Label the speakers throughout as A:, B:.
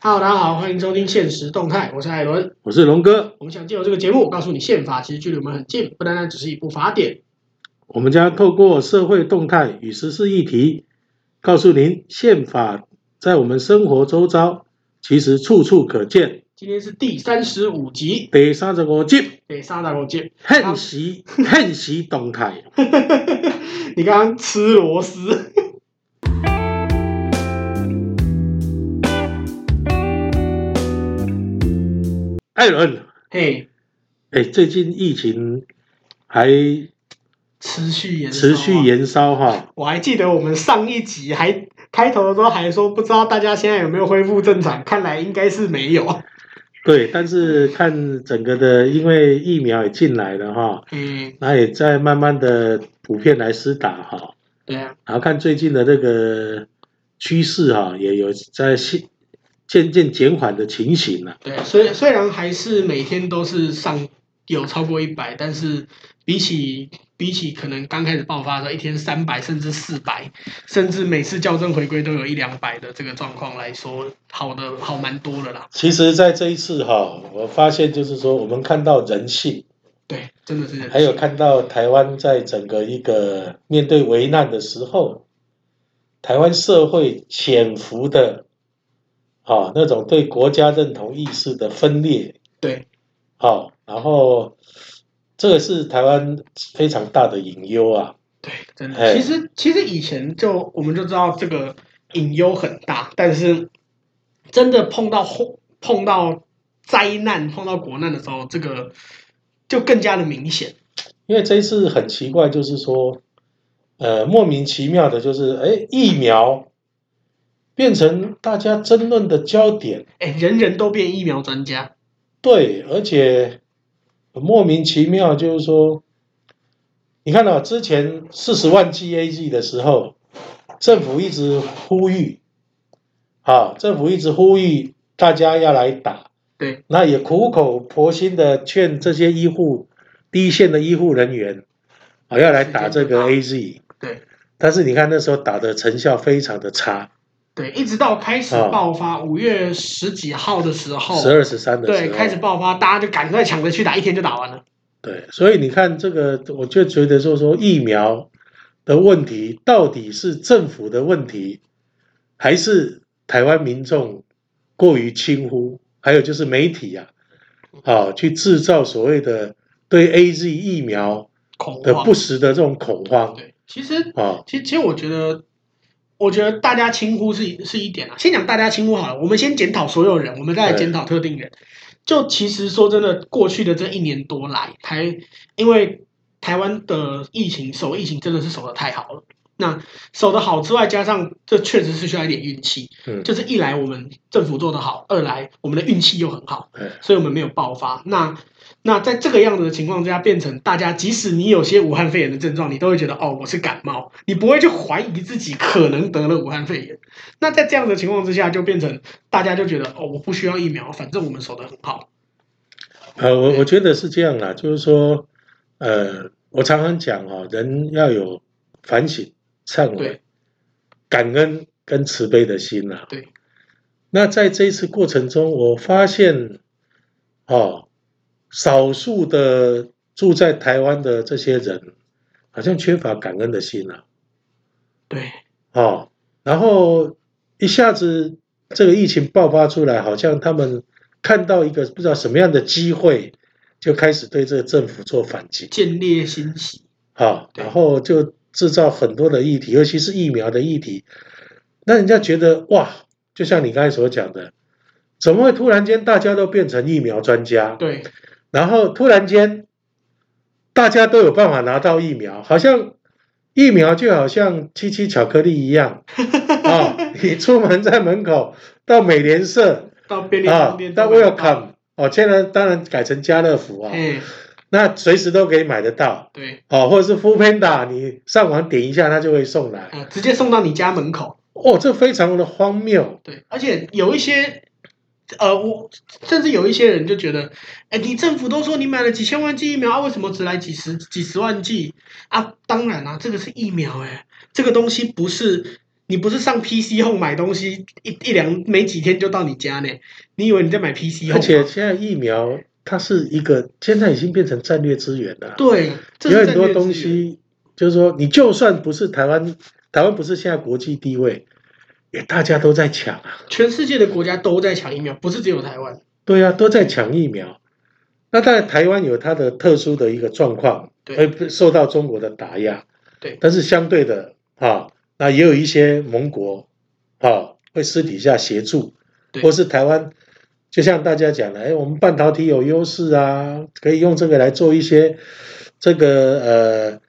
A: Hello，大家好，欢迎收听《现实动态》，我是艾伦。
B: 我是龙哥，
A: 我们想借由这个节目，告诉你宪法其实距离我们很近，不单单只是一部法典。
B: 我们将透过社会动态与时事议题，告诉您宪法在我们生活周遭其实处处可见。
A: 今天是第三十五集，
B: 第三十五集，
A: 给沙大狗见。
B: 恨习恨习动态，
A: 你刚刚吃螺 丝，
B: 艾伦，
A: 嘿，
B: 哎，最近疫情还
A: 持续延烧啊
B: 持续。延烧哈，
A: 我还记得我们上一集还开头的时候还说，不知道大家现在有没有恢复正常，看来应该是没有。
B: 对，但是看整个的，因为疫苗也进来了哈，
A: 嗯，
B: 那也在慢慢的普遍来施打哈。
A: 对啊，
B: 然后看最近的这个趋势啊，也有在渐渐渐减缓的情形了、
A: 对啊，虽虽然还是每天都是上有超过一百，但是比起比起可能刚开始爆发的时候，一天三百甚至四百，甚至每次校正回归都有一两百的这个状况来说，好的好蛮多的啦。
B: 其实，在这一次哈、我发现就是说，我们看到人性，
A: 对，真的是这样。
B: 还有看到台湾在整个一个面对危难的时候，台湾社会潜伏的，啊、那种对国家认同意识的分裂，
A: 对
B: 好、然后这个是台湾非常大的隐忧啊。
A: 对，真的。
B: 哎
A: 其实其实以前就我们就知道这个隐忧很大，但是真的碰到后碰到灾难、碰到国难的时候，这个就更加的明显。
B: 因为这一次很奇怪，就是说，呃，莫名其妙的，就是哎，疫苗变成大家争论的焦点，
A: 哎，人人都变疫苗专家，
B: 对，而且莫名其妙，就是说，你看到、之前四十万剂 A G 的时候，政府一直呼吁，啊，政府一直呼吁大家要来打，
A: 对，
B: 那也苦口婆心的劝这些医护第一线的医护人员，啊，要来打这个 A Z。
A: 对
B: 但是你看那时候打的成效非常的差，
A: 对，一直到开始
B: 啊
A: 爆发，五、月十几号的时候，
B: 十二十三的时
A: 对
B: 候，
A: 开始爆发，大家就赶快抢着去打，一天就打完了。
B: 对，所以你看这个，我就觉得说说疫苗的问题到底是政府的问题，还是台湾民众过于轻忽，还有就是媒体啊，啊，去制造所谓的对 A Z 疫苗
A: 恐
B: 的
A: 慌，
B: 不实的这种恐慌。
A: 对，其实
B: 啊，
A: 其实其实我觉得，我觉得大家轻忽是一是一点啊。先讲大家轻忽好了，我们先检讨所有人，我们再来
B: 对
A: 检讨特定人。就其实说真的，过去的这一年多来，台因为台湾的疫情守疫情真的是守的太好了。那守的好之外，加上这确实是需要一点运气，
B: 嗯，
A: 就是一来我们政府做得好，二来我们的运气又很好，
B: 哎
A: 所以我们没有爆发。那那在这个样子的情况之下，变成大家即使你有些武汉肺炎的症状，你都会觉得哦，我是感冒，你不会去怀疑自己可能得了武汉肺炎。那在这样的情况之下，就变成大家就觉得哦，我不需要疫苗，反正我们守得很好。
B: 呃，我我觉得是这样啦，就是说，呃，我常常讲哦，人要有反省、忏
A: 对
B: 悔、感恩跟慈悲的心啦、
A: 对。
B: 那在这一次过程中，我发现，哦，少数的住在台湾的这些人，好像缺乏感恩的心啦、
A: 对
B: 哦，然后一下子这个疫情爆发出来，好像他们看到一个不知道什么样的机会，就开始对这个政府做反击，
A: 建立欣喜，
B: 好、
A: 对
B: 然后就制造很多的议题，尤其是疫苗的议题，那人家觉得哇，就像你刚才所讲的，怎么会突然间大家都变成疫苗专家，
A: 对
B: 然后突然间大家都有办法拿到疫苗，好像疫苗就好像七七巧克力一 样。啊、你出门在门口到美联社
A: 到便利商
B: 啊
A: 店，，
B: 到
A: 买得到
B: Welcome 哦，现在当然改成家乐福啊，
A: 哎，
B: 那随时都可以买得到
A: 对，
B: 哦，或者是 Food Panda，你上网点一下，它就会送来。
A: 呃，直接送到你家门口。
B: 哦，这非常的荒谬，
A: 对，而且有一些，呃，我甚至有一些人就觉得，哎，你政府都说你买了几千万剂疫苗，啊、为什么只来几十几十万剂啊？当然啦、这个是疫苗、哎，这个东西不是你不是上 PC 后买东西，一一两没几天就到你家呢？你以为你在买 PC
B: 而
A: 后？
B: 且现在疫苗它是一个，现在已经变成战略资源了。啊
A: 对，这是
B: 有很
A: 战
B: 多
A: 略
B: 东
A: 资源，
B: 西，就是说，你就算不是台湾，台湾不是现在国际地位，也大家都在抢啊，
A: 全世界的国家都在抢疫苗，不是只有台湾。
B: 对啊，都在抢疫苗。那当然，台湾有它的特殊的一个状况，
A: 对
B: 会受到中国的打压。
A: 对
B: 但是相对的啊，那也有一些盟国啊，会私底下协助，
A: 对
B: 或是台湾，就像大家讲的，哎，我们半导体有优势啊，可以用这个来做一些这个呃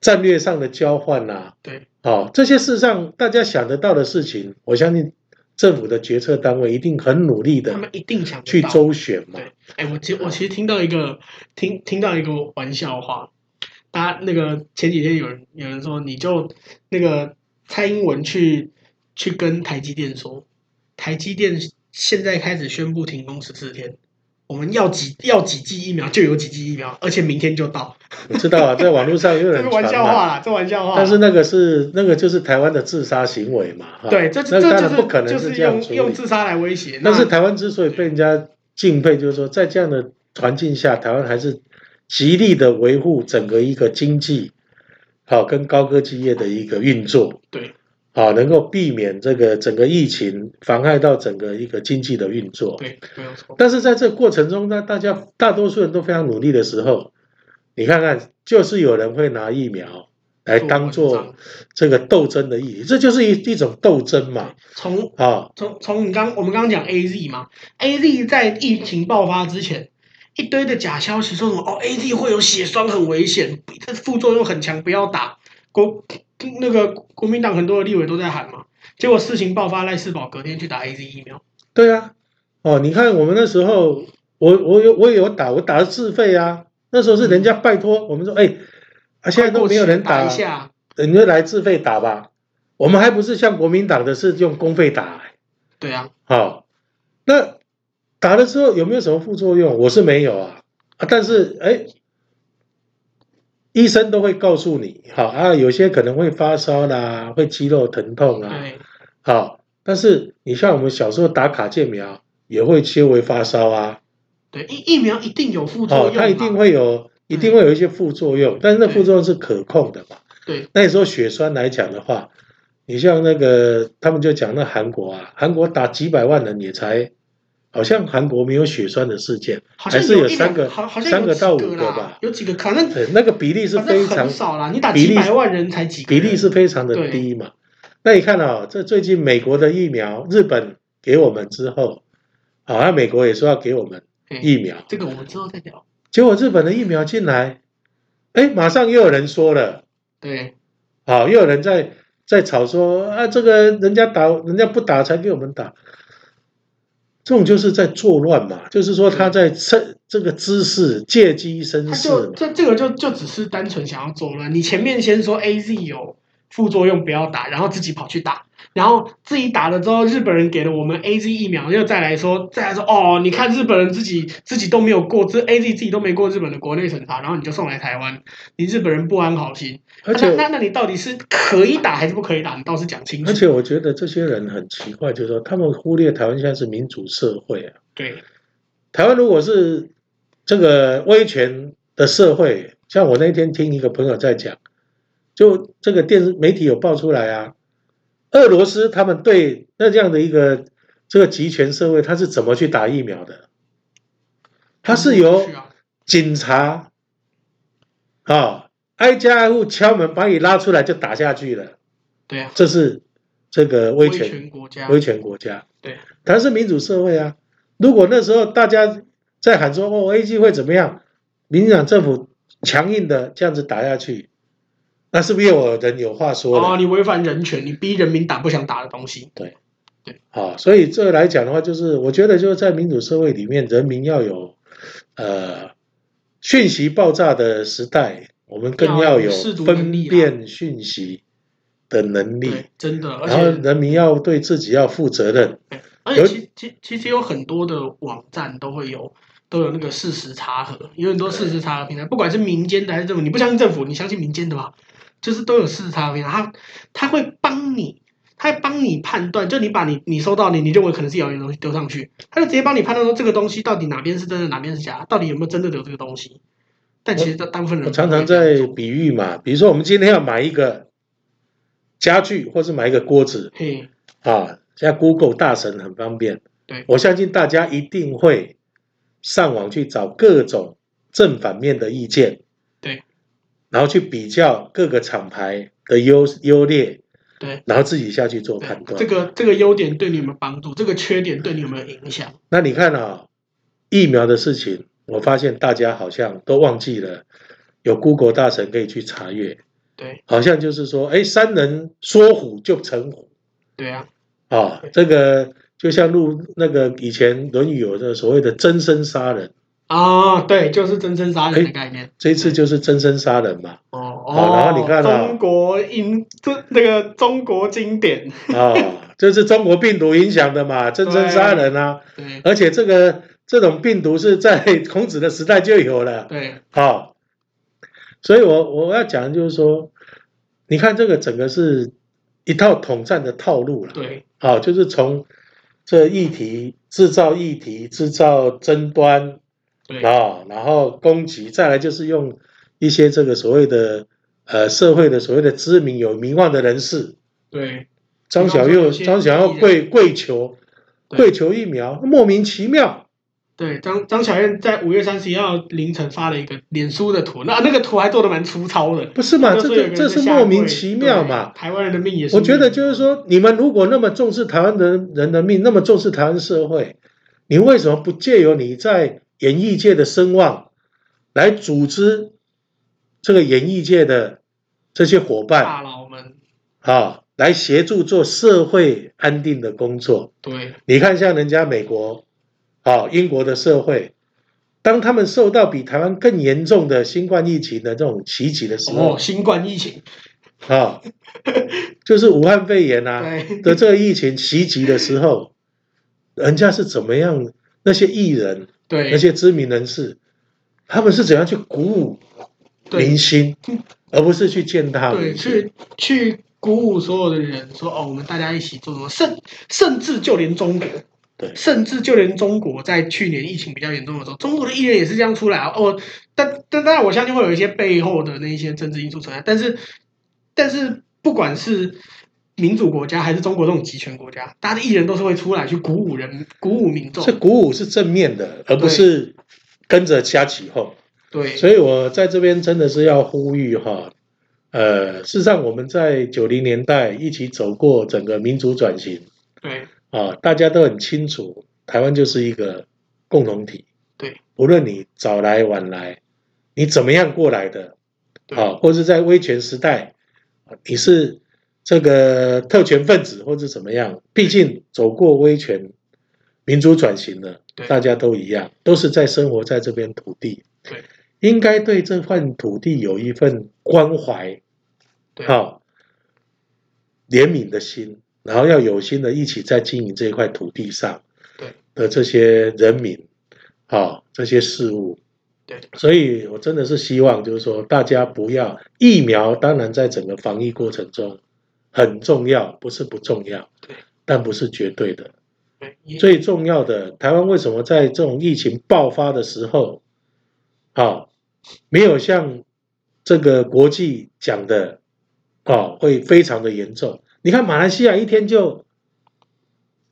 B: 战略上的交换呐、
A: 对，
B: 哦，这些事实上大家想得到的事情，我相信政府的决策单位一定很努力
A: 他们
B: 的
A: 一定抢得
B: 去
A: 到
B: 周旋嘛
A: 对。哎、我其我其实听到一个听听到一个玩笑话，大家那个前几天有人有人说，你就那个蔡英文去去跟台积电说，台积电现在开始宣布停工十四天，我们要几要几剂疫苗就有几剂疫苗，而且明天就到，
B: 我知 道啊，在网络上有
A: 这
B: 人
A: 是
B: 传
A: 玩笑话
B: 啊，
A: 啦，这玩笑话啦。
B: 但是那个是那个就是台湾的自杀行为嘛，哈
A: 对，这这
B: 那当
A: 这就
B: 然不可能
A: 就是是
B: 这样
A: 用
B: 处
A: 用
B: 理。
A: 自杀来威胁，
B: 但是
A: 那
B: 台湾之所以被人家敬佩，就是说在这样的环境下，台湾还是极力的维护整个一个经济，好、跟高科技业的一个运作，
A: 对
B: 好、能够避免这个整个疫情妨碍到整个一个经济的运作。
A: 对没有错，
B: 但是在这个过程中呢，大家大多数人都非常努力的时候，你看看，就是有人会拿疫苗来当
A: 做文
B: 做
A: 章
B: 这个斗争的意义，这就是一一种斗争嘛，
A: 从
B: 啊、
A: 从从你刚我们刚刚讲 A Z 嘛，A Z 在疫情爆发之前，一堆的假消息说什么哦 A Z 会有血栓很危险，这副作用很强，不要打。国那个国民党很多的立委都在喊嘛，结果事情爆发，赖世宝隔天去打 A Z 疫苗，
B: 对啊，哦，你看我们那时候，我我有我有打，我打的自费啊，那时候是人家拜
A: 嗯
B: 托我们说，哎，啊现在都没有人
A: 打
B: 打
A: 一，下，
B: 你就来自费打吧，我们还不是像国民党的是用公费打、
A: 对啊，
B: 好、那打了之后有没有什么副作用？我是没有啊，啊但是哎，医生都会告诉你，好啊，有些可能会发烧啦，会肌肉疼痛啊，
A: 对
B: 好，但是你像我们小时候打卡介苗，也会些微发烧啊，
A: 对疫疫苗一定有副作
B: 哦
A: 用，嘛，啊嗯
B: 它一定会有，一定会有一些副作用，但是那副作用是可控的嘛。
A: 对
B: 那时候血栓来讲的话，你像那个他们就讲那韩国啊，韩国打几百万人也才，好像韩国没有血栓的事件，
A: 好
B: 还
A: 像
B: 是有
A: 一
B: 三
A: 两
B: 个
A: 好好像
B: 三
A: 有
B: 个
A: 几
B: 到五
A: 啦
B: 个吧，
A: 有几个可能
B: 对，那个比例是
A: 反
B: 非
A: 正嗯
B: 常
A: 很少啦，你打
B: 比
A: 几
B: 例
A: 百
B: 是
A: 万人才几个
B: 比
A: 人，
B: 例是非常的
A: 对
B: 低嘛。那你看啊、这最近美国的疫苗，日本给我们之后，好、像美国也说要给我们
A: 嗯
B: 疫苗，
A: 这个我们之后再聊，
B: 结果日本的疫苗进来，哎，马上又有人说了，
A: 对
B: 好、啊又有人在在吵说啊，这个人家打，人家不打才给我们打，这种就是在作乱嘛，就是说他在趁这个滋事借机生
A: 他
B: 事
A: 就
B: 嘛。
A: 这这个就就只是单纯想要作乱。你前面先说 A Z 有副作用不要打，然后自己跑去打，然后自己打了之后，日本人给了我们 A Z 疫苗，又再来说再来说哦，你看日本人自己自己都没有过，这 A Z 自己都没过日本的国内审查，然后你就送来台湾，你日本人不安好心。啊
B: 而且
A: 那那那你到底是可以打还是不可以打？你倒是讲清楚。
B: 而且我觉得这些人很奇怪，就是说他们忽略台湾现在是民主社会啊。
A: 对
B: 台湾如果是这个威权的社会，像我那天听一个朋友在讲，就这个电视媒体有爆出来啊，俄罗斯他们对那这样的一个这个集权社会，他是怎么去打疫苗的？他是由
A: 去啊
B: 警察啊、挨家挨户敲门把你拉出来就打下去了，
A: 对啊，
B: 这是这个威权
A: 国家，
B: 威权国家，
A: 对，
B: 它是民主社会啊。如果那时候大家在喊说哦，A G 会怎么样，民进党政府强硬的这样子打下去，那是不是又有人有话说了？
A: 哦，你违反人权，你逼人民打不想打的东西。
B: 啊，所以这来讲的话，就是我觉得就是在民主社会里面，人民要有呃讯息爆炸的时代，我们更
A: 要
B: 要
A: 有
B: 有
A: 适度能
B: 分
A: 力啊
B: 辨讯息的能力，
A: 对，真的，而
B: 然后
A: 且
B: 人民要对自己要负责任。
A: 而
B: 有
A: 且其其其实有很多的网站都会有都有那个事实查核，有很多事实查核平台，不管是民间的还是政府，你不相信政府，你相信民间的吧？就是都有视差偏差，他他会帮你，他会帮你判断，就你把你你收到你你认为可能是谣言的东西丢上去，他就直接帮你判断说这个东西到底哪边是真的，哪边是假，到底有没有真的有这个东西。但其实大大部分人
B: 我
A: 不会
B: 常
A: 嗯
B: 常
A: 这样
B: 在
A: 做
B: 比喻嘛，比如说我们今天要买一个家具，或是买一个锅子
A: 嘿，
B: 啊，现在 Google 大神很方便。
A: 对
B: 我相信大家一定会上网去找各种正反面的意见，
A: 对，
B: 然后去比较各个厂牌的优优劣，
A: 对
B: 然后自己下去做判
A: 对，
B: 断。
A: 这个这个优点对你有没有帮助？这个缺点对你有没有影响？
B: 那你看啊，疫苗的事情，我发现大家好像都忘记了有 Google 大神可以去查阅，
A: 对
B: 好像就是说，哎，三人说虎就成虎
A: 对啊，
B: 啊，这个就像录那个以前《论语》有的所谓的真身杀人，
A: 啊，对，就是真身杀人的
B: 哎
A: 概念。
B: 这一次就是真身杀人嘛，
A: 哦
B: 好然后你看啊
A: 中国英这那个中国经典，
B: 啊， 这是中国病毒影响的嘛，真身杀人啊，
A: 对
B: 而且这个这种病毒是在孔子的时代就有了。
A: 对
B: 好，所以我我要讲的就是说，你看这个整个是一套统战的套路了。
A: 对
B: 好，就是从这议题制造议题、制造争端啊、
A: 对
B: 然后攻击，再来就是用一些这个所谓的呃社会的所谓的知名有名望的人士，
A: 对
B: 张小
A: 比方说
B: 佑、
A: 有些
B: 张小佑
A: 艺人
B: 跪跪求
A: 对
B: 跪求疫苗，莫名其妙。
A: 对，张张小燕在五月三十一号凌晨发了一个脸书的图，那那个图还做的蛮粗糙的，
B: 不是嘛？
A: 就
B: 这
A: 说有
B: 个
A: 人
B: 这
A: 在
B: 是
A: 下
B: 莫名
A: 跪
B: 其妙嘛。
A: 对台湾人的命也是
B: 我
A: 命，
B: 觉得就是说，你们如果那么重视台湾人人的命，那么重视台湾社会，你为什么不借由你在演艺界的声望，来组织这个演艺界的这些伙伴
A: 大佬们
B: 啊，来协助做社会安定的工作？
A: 对
B: 你看，像人家美国、啊英国的社会，当他们受到比台湾更严重的新冠疫情的这种袭击的时候
A: 哦，，新冠疫情
B: 啊，就是武汉肺 炎啊。
A: 对
B: 的这个疫情袭击的时候，人家是怎么样？那些艺人、那
A: 对
B: 些知名人士，他们是怎样去鼓舞明
A: 对嗯
B: 星，而不是去践踏
A: 对，
B: 明星？
A: 去去鼓舞所有的人说哦，我们大家一起做什么，甚甚至就连中国。
B: 对
A: 甚至就连中国在去年疫情比较严重的时候，中国的艺人也是这样出来啊。哦，但但当然，我相信会有一些背后的那一些政治因素存在。但是，但是不管是民主国家还是中国这种集权国家，大家的艺人都是会出来去鼓舞人、鼓舞民众
B: 这。鼓舞是正面的，而不是跟着瞎起哄。
A: 对，
B: 所以我在这边真的是要呼吁哈，呃，事实上我们在九零年代一起走过整个民主转型
A: 对，
B: 啊，大家都很清楚，台湾就是一个共同体。
A: 对，
B: 无论你早来晚来，你怎么样过来的，
A: 对
B: 啊，或是在威权时代，你是这个特权分子或是怎么样，毕竟走过威权、民主转型了
A: 对，
B: 大家都一样，都是在生活在这片土地，
A: 对，
B: 应该对这份土地有一份关怀，
A: 对
B: 好、怜悯的心，然后要有心的一起在经营这一块土地上，
A: 对
B: 的这些人民，啊、这些事物，
A: 对，
B: 所以我真的是希望，就是说大家不要疫苗，当然在整个防疫过程中很重要，不是不重要，
A: 对，
B: 但不是绝对的。
A: 对，也
B: 最重要的，台湾为什么在这种疫情爆发的时候，啊、没有像这个国际讲的，啊、会非常的严重。你看马来西亚一天就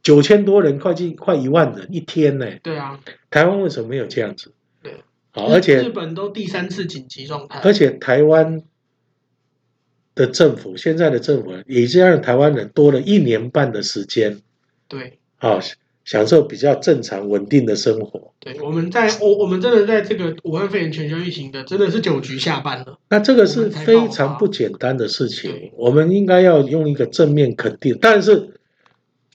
B: 九千多人，快近快一万人一天呢、
A: 对啊，
B: 台湾为什么没有这样子？
A: 对
B: 好，而
A: 日
B: 且
A: 本都第三次紧急状态，
B: 而且台湾的政府现在的政府已经让台湾人多了一年半的时间，
A: 对
B: 啊、享受比较正常稳定的生活。
A: 对，我们在我我们真的在这个武汉肺炎全球疫情的真的是九局下半了，
B: 那这个是非常不简单的事情
A: 对，
B: 我们应该要用一个正面肯定。但是，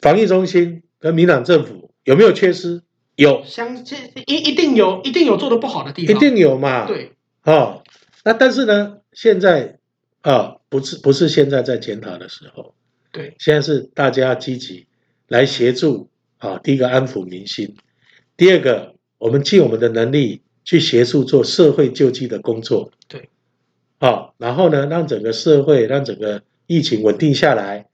B: 防疫中心跟民党政府有没有缺失？有，
A: 相信一一定有一定有做的不好的地
B: 一
A: 方，
B: 定有嘛。
A: 对
B: 哦，那但是呢，现在啊、不是不是现在在检讨的时候，
A: 对
B: 现在是大家积极来协助啊、第一个安抚民心，第二个我们尽我们的能力去协助做社会救济的工作。
A: 对，
B: 啊、啊、然后呢，让整个社会、让整个疫情稳定下来，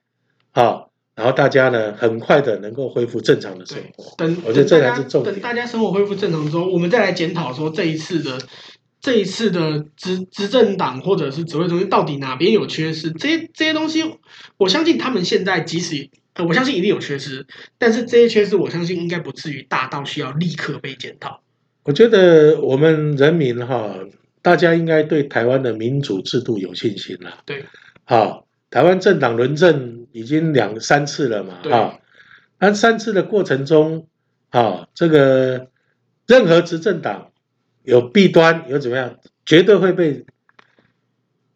B: 啊、然后大家呢很快的能够恢复正常的生
A: 对
B: 活。
A: 等
B: 我觉得这才是重
A: 等大家等
B: 点
A: 大家生活恢复正常之后，我们再来检讨说这一次的这一次的执执政党或者是指挥中心到底哪边有缺失？这些这些东西，我相信他们现在即使、呃我相信一定有缺失，但是这些缺失我相信应该不至于大到需要立刻被检讨。
B: 我觉得我们人民哈、大家应该对台湾的民主制度有信心了。
A: 对，
B: 好、台湾政党轮政已经两三次了嘛，
A: 对
B: 啊，那三次的过程中，啊、这个任何执政党有弊端有怎么样，绝对会被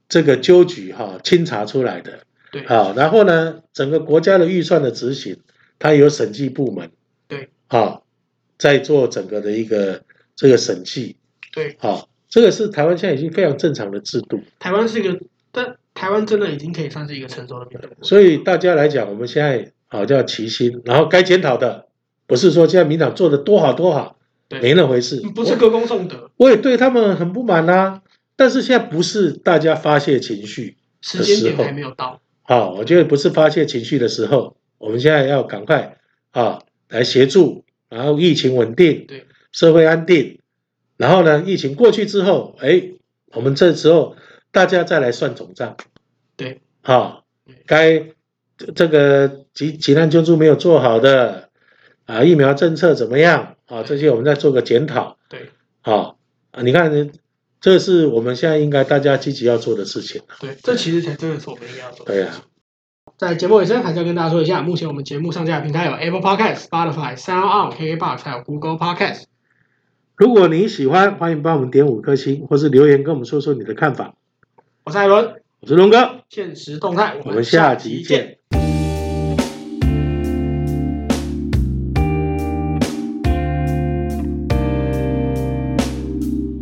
B: 这个纠举哈、清查出来的。
A: 对
B: 好、然后呢，整个国家的预算的执行，它有审计部门，
A: 对，
B: 啊、在做整个的一个这个审计，
A: 对，
B: 啊、这个是台湾现在已经非常正常的制度。
A: 台湾是一个，但台湾真的已经可以算是一个成熟的民主国家。
B: 所以大家来讲，我们现在好叫齐心，然后该检讨的不是说现在民党做的多好多好，
A: 对嗯
B: 没那回事。
A: 不是
B: 我
A: 歌功颂德，
B: 我也对他们很不满啦、但是现在不是大家发泄情绪，
A: 时间点
B: 时候
A: 还没有到。
B: 好、啊我觉得不是发泄情绪的时候，我们现在要赶快啊、来协助，然后疫情稳定，
A: 对，
B: 社会安定，然后呢，疫情过去之后，哎，我们这时候大家再来算总账。
A: 对，
B: 好、
A: 对
B: 该这这个急急难救助没有做好的啊，疫苗政策怎么样啊？这些我们再做个检讨。
A: 对，
B: 好、啊，你看，这是我们现在应该大家积极要做的事情。
A: 对，这其实才真的是我们应该要做的。
B: 对呀、啊，
A: 在节目尾声，还是要跟大家说一下，目前我们节目上架的平台有 Apple Podcast、Spotify、Sound On、KKBox，还有 Google Podcast。
B: 如果你喜欢，欢迎帮我们点五颗星，或是留言跟我们说说你的看法。
A: 我是艾伦，
B: 我是龙哥，
A: 现实动态，
B: 我们下集见。